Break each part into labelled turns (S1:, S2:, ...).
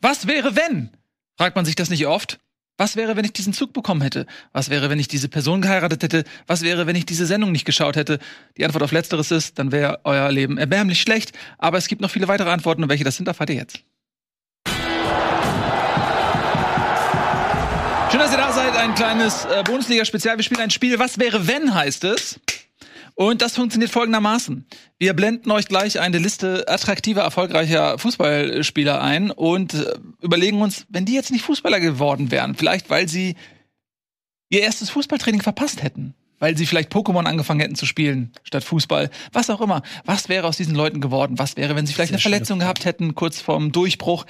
S1: Was wäre, wenn? Fragt man sich das nicht oft? Was wäre, wenn ich diesen Zug bekommen hätte? Was wäre, wenn ich diese Person geheiratet hätte? Was wäre, wenn ich diese Sendung nicht geschaut hätte? Die Antwort auf Letzteres ist, dann wäre euer Leben erbärmlich schlecht. Aber es gibt noch viele weitere Antworten und welche das sind, erfahrt ihr jetzt. Schön, dass ihr da seid. Ein kleines äh, Bundesliga-Spezial. Wir spielen ein Spiel. Was wäre, wenn heißt es? Und das funktioniert folgendermaßen. Wir blenden euch gleich eine Liste attraktiver, erfolgreicher Fußballspieler ein und äh, überlegen uns, wenn die jetzt nicht Fußballer geworden wären, vielleicht weil sie ihr erstes Fußballtraining verpasst hätten, weil sie vielleicht Pokémon angefangen hätten zu spielen statt Fußball, was auch immer. Was wäre aus diesen Leuten geworden? Was wäre, wenn sie vielleicht
S2: Sehr
S1: eine
S2: schöne
S1: Verletzung gehabt hätten, kurz vorm Durchbruch?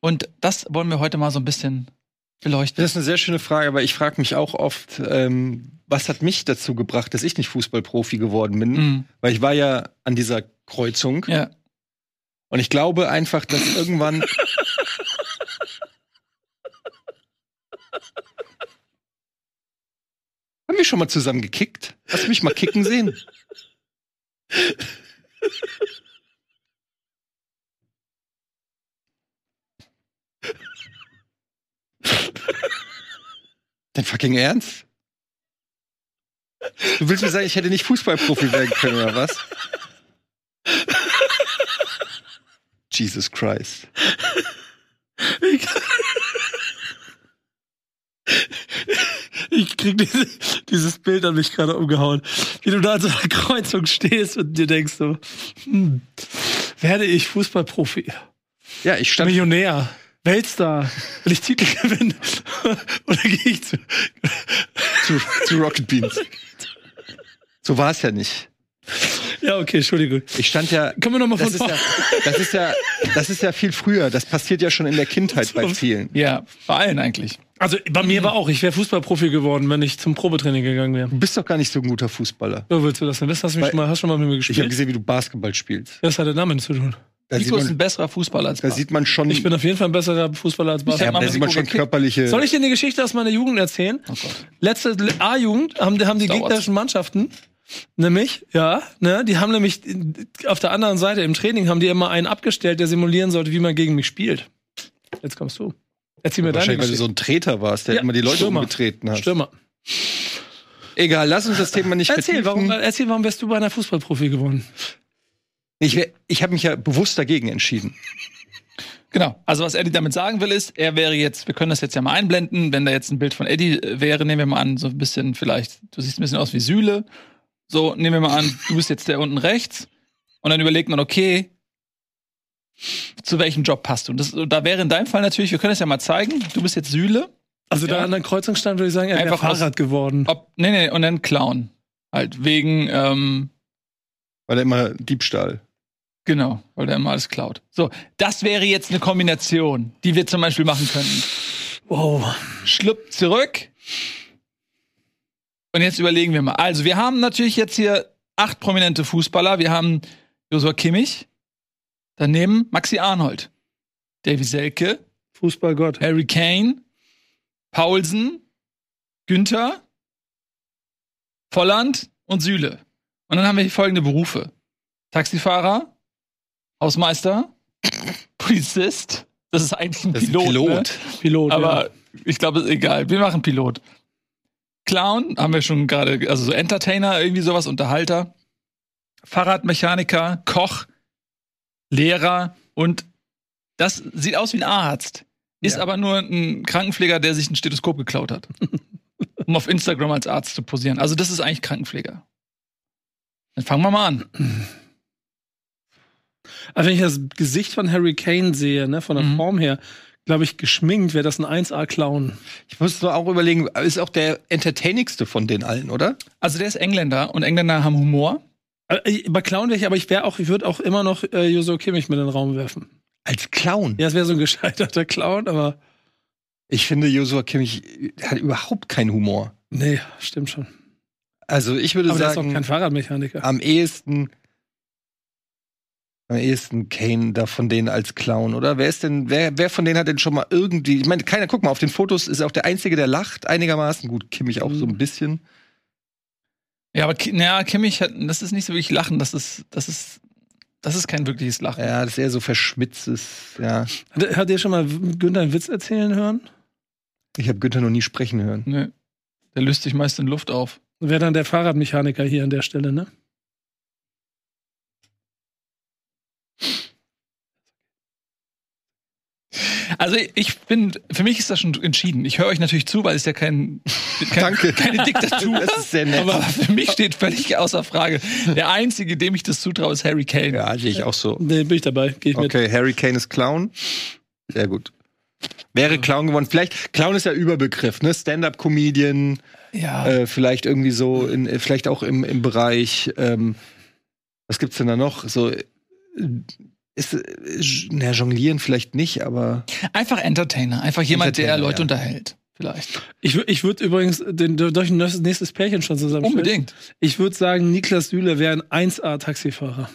S1: Und das wollen wir heute mal so ein bisschen beleuchten.
S2: Das ist eine sehr schöne Frage, aber ich frage mich auch oft, ähm, was hat mich dazu gebracht, dass ich nicht Fußballprofi geworden bin?
S1: Mhm.
S2: Weil ich war ja an dieser Kreuzung
S1: Ja.
S2: und ich glaube einfach, dass irgendwann. Haben wir schon mal zusammen gekickt? Hast du mich mal kicken sehen? Dein fucking Ernst? Du willst mir sagen, ich hätte nicht Fußballprofi werden können, oder was? Jesus Christ.
S3: Ich krieg diese, dieses Bild an mich gerade umgehauen. Wie du da an so einer Kreuzung stehst und dir denkst so, hm, werde ich Fußballprofi,
S2: Ja, ich stand
S3: Millionär, Weltstar, wenn ich Titel gewinne? Oder gehe ich zu...
S2: zu, zu Rocket Beans. So war es ja nicht.
S3: Ja, okay, Entschuldigung.
S2: Ich stand ja.
S3: Können wir nochmal von
S2: Das ist ja,
S3: vorne...
S2: das ist ja, das ist ja viel früher. Das passiert ja schon in der Kindheit bei vielen.
S1: ja, bei allen eigentlich.
S3: Also bei mir war auch, ich wäre Fußballprofi geworden, wenn ich zum Probetraining gegangen wäre.
S2: Du bist doch gar nicht so ein guter Fußballer.
S3: So willst du das denn wissen? Hast du mich
S2: Weil-
S3: schon mal, hast schon mal mit mir
S2: Ich habe
S3: gespielt?
S2: gesehen, wie du Basketball spielst.
S3: das hat damit zu tun.
S2: Da sieht
S1: Nico ist ein
S2: man,
S1: besserer Fußballer als
S2: da
S1: Basti.
S2: sieht man schon,
S3: Ich bin auf jeden Fall ein besserer Fußballer als
S1: Ich hab
S3: Basketball.
S2: ja,
S1: mal
S2: da sieht man
S1: Nico
S2: schon
S1: gekickt.
S2: körperliche.
S3: Soll ich dir eine Geschichte aus meiner Jugend erzählen?
S1: Oh
S3: Letzte L- A-Jugend haben, haben die
S1: Dauert's.
S3: gegnerischen Mannschaften nämlich, ja, ne, die haben nämlich auf der anderen Seite im Training haben die immer einen abgestellt, der simulieren sollte, wie man gegen mich spielt. Jetzt kommst du. Erzähl mir deine
S2: Wahrscheinlich, weil du
S3: Geschichte.
S2: so ein Treter warst, der
S3: Ja,
S2: immer die Leute
S3: Stürmer.
S2: umgetreten hat.
S3: Stürmer.
S2: Egal, lass uns das Thema nicht vertiefen.
S3: Erzähl warum, erzähl, warum wärst du bei einer Fußballprofi geworden?
S2: Ich, wär- ich habe mich ja bewusst dagegen entschieden.
S1: Genau. Also was Eddie damit sagen will, ist, er wäre jetzt, wir können das jetzt ja mal einblenden, wenn da jetzt ein Bild von Eddie äh, wäre, nehmen wir mal an, so ein bisschen vielleicht, du siehst ein bisschen aus wie Sühle. So, nehmen wir mal an, du bist jetzt der unten rechts. Und dann überlegt man, okay, zu welchem Job passt du? Und, das, und da wäre in deinem Fall natürlich, wir können das ja mal zeigen, du bist jetzt Sühle.
S3: Also
S1: Ja.
S3: da an der Kreuzung stand, würde ich sagen, er wäre
S1: Einfach aus-
S3: Fahrrad geworden.
S1: Ob, nee, nee, und dann Clown. Halt, wegen, ähm,
S2: Weil er immer Diebstahl.
S1: Genau, weil der immer alles klaut. So, das wäre jetzt eine Kombination, die wir zum Beispiel machen könnten.
S3: Wow.
S1: Schlupp zurück. Und jetzt überlegen wir mal. Also, wir haben natürlich jetzt hier acht prominente Fußballer. Wir haben Josua Kimmich, daneben Maxi Arnold, Davy Selke,
S3: Fußballgott.
S1: Harry Kane, Paulsen, Günther, Volland und Süle. Und dann haben wir hier folgende Berufe: Taxifahrer, Hausmeister, Polizist. Das ist eigentlich ein
S2: Das ist ein
S1: Pilot.
S2: Pilot.
S3: Pilot.
S1: Ne? Aber ich glaube, ist egal. Wir machen Pilot. Clown haben wir schon gerade, also so Entertainer, irgendwie sowas, Unterhalter, Fahrradmechaniker, Koch, Lehrer und das sieht aus wie ein Arzt. Ist
S2: Ja.
S1: aber nur ein Krankenpfleger, der sich ein Stethoskop geklaut hat. um auf Instagram als Arzt zu posieren. Also, das ist eigentlich Krankenpfleger. Dann fangen wir mal an.
S3: Also wenn ich das Gesicht von Harry Kane sehe, ne, von der
S1: Mhm.
S3: Form her, glaube ich, geschminkt wäre das ein 1A-Clown.
S2: Ich muss nur auch überlegen, ist auch der entertainigste von den allen, oder?
S1: Also, der ist Engländer und Engländer haben Humor.
S3: Äh, Bei Clown wäre ich, aber ich wäre auch, ich würde auch immer noch äh, Joso Kimmich mit in den Raum werfen.
S2: Als Clown.
S3: Ja, es wäre so ein gescheiterter Clown, aber
S2: Ich finde, Joshua Kimmich hat überhaupt keinen Humor.
S3: nee, stimmt schon.
S2: Also ich würde
S3: Aber der ist auch
S2: sagen,
S3: kein Fahrradmechaniker.
S2: am ehesten am ehesten Kane da von denen als Clown, oder? Wer ist denn, wer, wer von denen hat denn schon mal irgendwie, ich meine, keiner, guck mal, auf den Fotos ist auch der Einzige, der lacht einigermaßen. Gut, Kimmich auch
S3: Mhm.
S2: so ein bisschen.
S1: Ja, aber Ki- naja, Kimmich hat, das ist nicht so wirklich Lachen, das ist, das ist, Das ist kein wirkliches Lachen.
S2: Ja, das ist eher so verschmitztes, ja.
S3: Hat, hat ihr schon mal W- Günther einen Witz erzählen hören?
S2: Ich habe Günther noch nie sprechen hören.
S1: Nö. Der löst sich meist in Luft auf.
S3: Wäre dann der Fahrradmechaniker hier an der Stelle, ne?
S1: Also ich bin, für mich ist das schon entschieden. Ich höre euch natürlich zu, weil es ja kein, kein
S2: Danke.
S1: keine Diktatur
S2: Das ist sehr nett.
S1: Aber für mich steht völlig außer Frage. Der einzige, dem ich das zutraue, ist Harry Kane.
S2: ja, sehe ich auch so.
S3: Nee, bin ich dabei. Geh ich mit.
S2: Okay, Harry Kane ist Clown. Sehr gut. Wäre Clown geworden. Vielleicht, Clown ist ja Überbegriff, ne? Stand-up-Comedian,
S1: Ja.
S2: äh, vielleicht irgendwie so, in, äh, vielleicht auch im, im Bereich, ähm, was gibt's denn da noch? So, äh, ist, äh, j- na, jonglieren vielleicht nicht, aber
S1: Einfach Entertainer. Einfach jemand, der
S2: Entertainer,
S1: Leute
S2: ja.
S1: unterhält. Vielleicht.
S3: Ich, wür- ich würde übrigens den, durch ein nächstes- nächstes Pärchen schon zusammenstellen.
S1: Unbedingt.
S3: Ich würde sagen, Niklas Süle wäre ein 1A-Taxifahrer.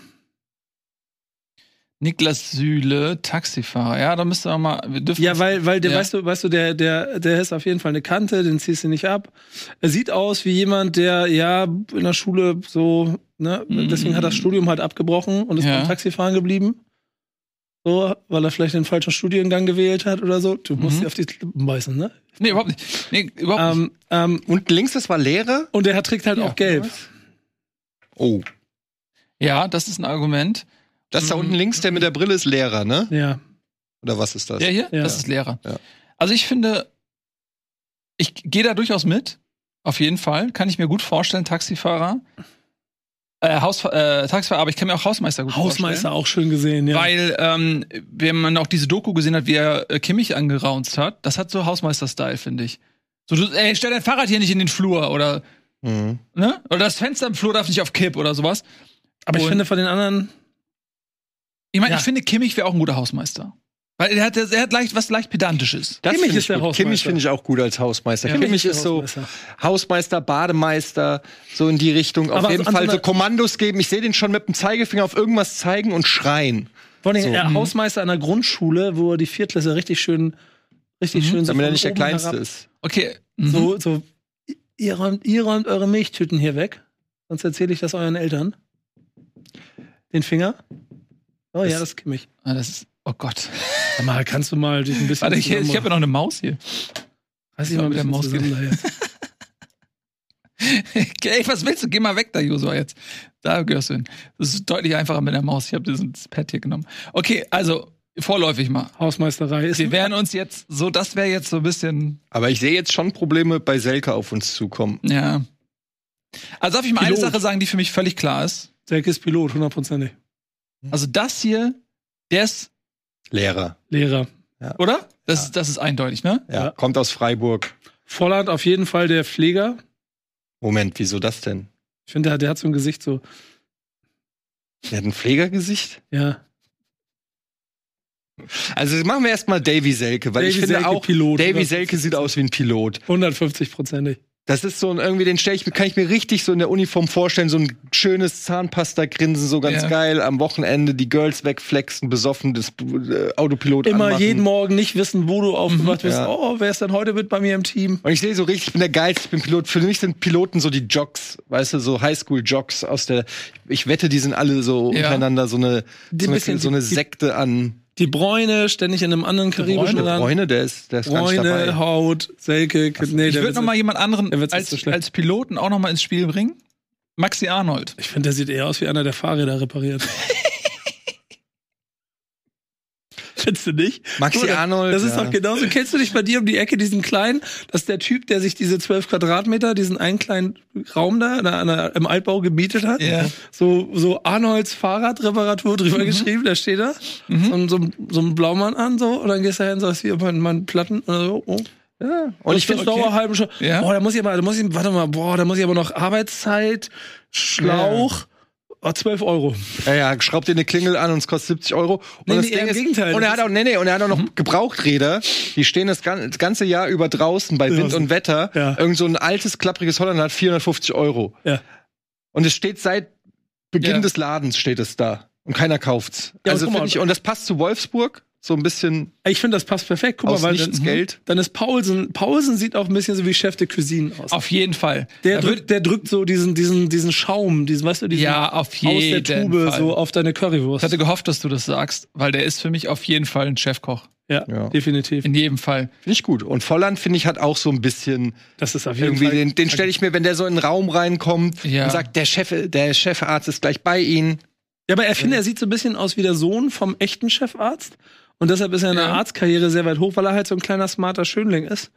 S1: Niklas Süle, Taxifahrer. Ja, da müsste man mal. Wir dürfen
S3: Ja, weil, weil der,
S1: Ja.
S3: weißt du, weißt du, der, der, der ist auf jeden Fall eine Kante, den ziehst du nicht ab. Er sieht aus wie jemand, der ja in der Schule so, ne,
S1: Mhm.
S3: deswegen hat er das Studium halt abgebrochen und ist
S1: Ja.
S3: beim Taxifahren geblieben. So, weil er vielleicht den falschen Studiengang gewählt hat oder so. Du musst
S1: Mhm.
S3: dir auf die Lippen beißen, ne?
S1: nee, überhaupt nicht. Nee, überhaupt nicht.
S3: Ähm, ähm,
S2: unten links, das war Lehrer.
S3: und der hat- trägt halt
S1: Ja.
S3: auch gelb.
S2: Oh.
S1: Ja, das ist ein Argument.
S2: Das da
S1: Mhm.
S2: unten links, der mit der Brille ist Lehrer, ne?
S3: Ja.
S2: Oder was ist das?
S1: Der hier?
S3: Ja.
S1: Das ist Lehrer.
S2: Ja.
S1: Also ich finde, ich gehe da durchaus mit. Auf jeden Fall. Kann ich mir gut vorstellen, Taxifahrer. Äh, Haus, äh, Taxifahrer, aber ich kann mir auch Hausmeister gut
S3: Hausmeister auch schön gesehen, ja.
S1: vorstellen. Weil, ähm, wenn man auch diese Doku gesehen hat, wie er äh, Kimmich angeraunzt hat, das hat so Hausmeister-Style, finde ich. So, du, ey, stell dein Fahrrad hier nicht in den Flur oder,
S2: Mhm.
S1: ne? Oder das Fenster im Flur darf nicht auf Kipp oder sowas.
S3: Aber ich
S1: Und-
S3: finde von den anderen,
S1: Ich meine,
S3: Ja.
S1: ich finde, Kimmich wäre auch ein guter Hausmeister. Weil er hat, er hat leicht, was leicht Pedantisches.
S2: Das
S3: Kimmich
S2: finde
S3: ist
S2: ich
S3: der
S2: gut.
S3: Hausmeister.
S2: Kimmich finde ich auch gut als Hausmeister.
S1: Ja.
S2: Kimmich ist so
S3: Hausmeister.
S2: Hausmeister, Bademeister, so in die Richtung. Auf
S3: Aber also
S2: jeden
S3: an so
S2: Fall
S3: einer-
S2: so Kommandos geben. Ich sehe den schon mit dem Zeigefinger auf irgendwas zeigen und schreien.
S3: Vor allem
S2: So.
S3: der
S1: Mhm.
S3: Hausmeister einer Grundschule, wo er die Viertklässler richtig schön, richtig
S1: Mhm.
S3: schön so
S2: Damit er
S3: von
S2: nicht der
S3: oben
S2: Kleinste
S3: herab-
S2: ist.
S1: Okay. mhm.
S3: So, so, ihr räumt, ihr räumt eure Milchtüten hier weg, sonst erzähle ich das euren Eltern. Den Finger. Oh ja,
S2: Das-
S3: das kimm ich.
S1: Ah, das ist, oh Gott.
S3: Sag mal, kannst du mal dich ein bisschen.
S1: Warte, ich, ich habe ja noch eine Maus hier.
S3: Reiß
S1: ich
S3: dich mal
S1: hab
S3: mit der
S1: mit
S3: Maus
S1: der Maus
S3: zusammen daher.
S1: Ey, was willst du? Geh mal weg da, Josua, jetzt. Da gehörst du hin. Das ist deutlich einfacher mit der Maus. Ich habe dieses Pad hier genommen. Okay, also vorläufig mal.
S3: Hausmeisterei ist.
S1: Wir wären uns jetzt so, das wäre jetzt so ein bisschen,
S2: Aber ich sehe jetzt schon Probleme bei Selke auf uns zukommen.
S1: ja. Also darf ich mal eine
S3: Pilot.
S1: Sache sagen, die für mich völlig klar ist.
S3: Selke ist Pilot, hundertprozentig.
S1: Also das hier, der ist,
S2: Lehrer.
S3: Lehrer.
S1: oder? Das, ist- das ist eindeutig, ne?
S2: Ja.
S3: Ja.
S2: Kommt aus Freiburg.
S3: Volland auf jeden Fall der Pfleger.
S2: Moment, wieso das denn?
S3: Ich finde, der, der hat so ein Gesicht so,
S2: Der hat ein Pflegergesicht?
S3: ja.
S2: Also machen wir erstmal Davy Selke, weil ich
S3: Davy
S2: finde
S3: Selke,
S2: auch,
S3: Pilot.
S2: Davy Selke sieht aus wie ein Pilot.
S3: 150-prozentig.
S2: Das ist so ein, irgendwie, den stelle ich mir, kann ich mir richtig so in der Uniform vorstellen, so ein schönes Zahnpasta-Grinsen, so ganz
S1: Ja.
S2: geil, am Wochenende die Girls wegflexen, besoffen, das äh, Autopilot
S3: immer
S2: anmachen. Mhm.
S3: jeden Morgen nicht wissen, wo du aufgewacht bist.
S2: Ja.
S3: Oh, wer ist denn heute mit bei mir im Team?
S2: Und ich sehe so richtig, ich bin der Geilste, ich bin Pilot. Für mich sind Piloten so die Jocks, weißt du, so Highschool-Jocks aus der, ich wette, die sind alle so
S1: Ja.
S2: untereinander so eine,
S3: Die
S2: so eine,
S3: bisschen-
S2: so eine
S3: die- die-
S2: Sekte an.
S3: Die Bräune, ständig in einem anderen karibischen
S2: Bräune,
S3: Land.
S2: Bräune, der ist, der ist gar nicht
S3: Bräune,
S2: dabei.
S3: Haut, Selke. nee,
S1: Ich
S3: der
S1: würde
S3: Witz
S1: noch mal
S3: ist-
S1: jemand anderen
S3: der Witz ist
S1: als,
S3: so schlecht.
S1: als Piloten auch noch mal ins Spiel bringen. Maxi Arnold.
S3: ich finde, der sieht eher aus wie einer, der Fahrräder repariert. Findest du nicht?
S2: Maxi
S3: Oder?
S2: Arnold.
S3: Das ist
S2: ja.
S3: doch genauso. Kennst du dich bei dir um die Ecke, diesen kleinen? Das ist der Typ, der sich diese 12 Quadratmeter, diesen einen kleinen Raum da an einer, im Altbau gebietet hat.
S1: Ja.
S3: So, so Arnolds Fahrradreparatur drüber geschrieben, da steht er. So, so, so ein Blaumann an, so. Und dann gehst du hin und sagst, hier, mein, mein Platten. Oder so. Oh.
S2: Ja. Und ich finde,
S3: okay.
S2: okay.
S3: halben Stunde.
S1: Ja.
S3: Oh, da muss ich aber, da muss ich, warte mal, boah, da muss ich aber noch Arbeitszeit, Schlauch. Oh, 12 Euro.
S2: ja, ja, schraubt dir eine Klingel an und es kostet 70 Euro. Und
S3: Nee, nee, eher im Gegenteil.
S2: und er
S3: Das Mhm.
S2: hat auch, nee, nee, und er hat auch noch Gebrauchträder. Die stehen das gan- das ganze Jahr über draußen bei Wind
S3: Draußen.
S2: und Wetter.
S3: Ja.
S2: Irgend so ein altes, klappriges Holland hat 450 Euro.
S3: Ja.
S2: Und es steht seit Beginn
S1: Ja.
S2: des Ladens steht es da. Und keiner kauft's.
S3: Ja,
S2: also
S3: guck mal.
S2: finde ich, und das passt zu Wolfsburg. so ein bisschen
S3: Ich finde, das mhm. passt perfekt. Guck
S2: Aus
S3: mal, weil
S2: nichts
S3: dann,
S2: Geld.
S3: dann ist Paulsen. Paulsen sieht auch ein bisschen so wie Chef de Cuisine aus.
S1: Auf jeden Fall.
S3: der,
S1: Da würd-
S3: drückt, der drückt so diesen, diesen, diesen Schaum, diesen, weißt du, diesen
S1: Ja, auf
S3: aus
S1: jeden
S3: der Tube
S1: Fall.
S3: so auf deine Currywurst.
S1: Ich hatte gehofft, dass du das sagst, weil der ist für mich auf jeden Fall ein Chefkoch.
S3: ja,
S2: Ja.
S3: definitiv.
S1: In jedem Fall.
S2: nicht gut. Und Volland, finde ich, hat auch so ein bisschen
S3: Das ist auf jeden
S2: irgendwie,
S3: Fall.
S2: den, den stelle ich mir, wenn der so in den Raum reinkommt
S1: Ja.
S2: und sagt, der, Chef, der Chefarzt ist gleich bei Ihnen.
S3: ja, aber er findet, er sieht so ein bisschen aus wie der Sohn vom echten Chefarzt. Und deshalb ist er in der
S1: Ja.
S3: Arztkarriere sehr weit hoch, weil er halt so ein kleiner, smarter Schönling ist.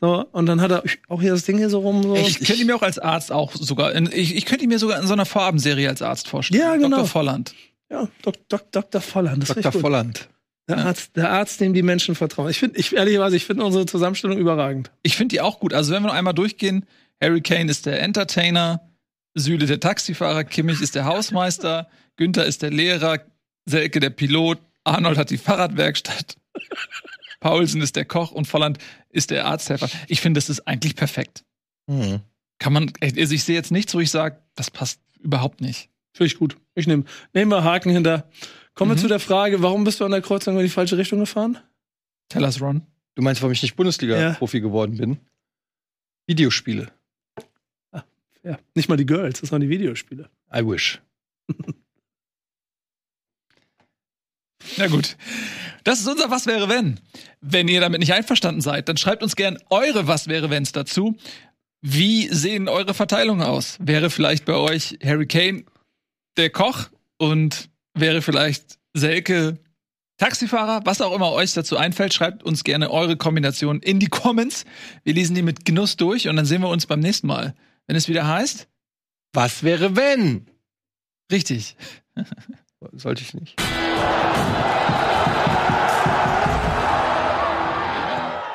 S3: So, und dann hat er auch hier das Ding hier so rum. So.
S1: Ich könnte ihn mir auch als Arzt auch sogar, in, ich, ich könnte ihn mir sogar in so einer Vorabendserie als Arzt vorstellen.
S3: Ja, genau.
S1: Dr. Volland.
S3: Ja, Dok, Dok, Dr. Volland. Das
S2: Dr.
S3: ist richtig gut.
S2: Volland.
S3: Der, Arzt, der Arzt, dem die Menschen vertrauen. Ich finde, ich, ehrlicherweise, ich finde unsere Zusammenstellung überragend.
S1: Ich finde die auch gut. Also wenn wir noch einmal durchgehen, Harry Kane ist der Entertainer, Süle der Taxifahrer, Kimmich ist der Hausmeister, Günther ist der Lehrer, Selke der Pilot, Arnold hat die Fahrradwerkstatt, Paulsen ist der Koch und Volland ist der Arzthelfer. Ich finde, das ist eigentlich perfekt.
S2: Hm.
S1: Kann man, also ich sehe jetzt nichts, wo ich sage, das passt überhaupt nicht.
S3: Finde ich gut. Ich nehme nehmen wir Haken hinter. Kommen wir
S1: Mhm.
S3: zu der Frage, warum bist du an der Kreuzung in die falsche Richtung gefahren?
S1: Tell us, Ron.
S2: Du meinst, warum ich nicht Bundesliga-Profi geworden bin? Videospiele.
S3: Ja, nicht mal die Girls, das waren die Videospiele.
S2: I wish.
S1: Na gut. Das ist unser Was wäre wenn. Wenn ihr damit nicht einverstanden seid, dann schreibt uns gern eure Was wäre wenns dazu. Wie sehen eure Verteilungen aus? Wäre vielleicht bei euch Harry Kane der Koch und wäre vielleicht Selke Taxifahrer? Was auch immer euch dazu einfällt, schreibt uns gerne eure Kombination in die Comments. Wir lesen die mit Genuss durch und dann sehen wir uns beim nächsten Mal. Wenn es wieder heißt,
S2: Was wäre, wenn?
S1: richtig.
S2: Sollte ich nicht.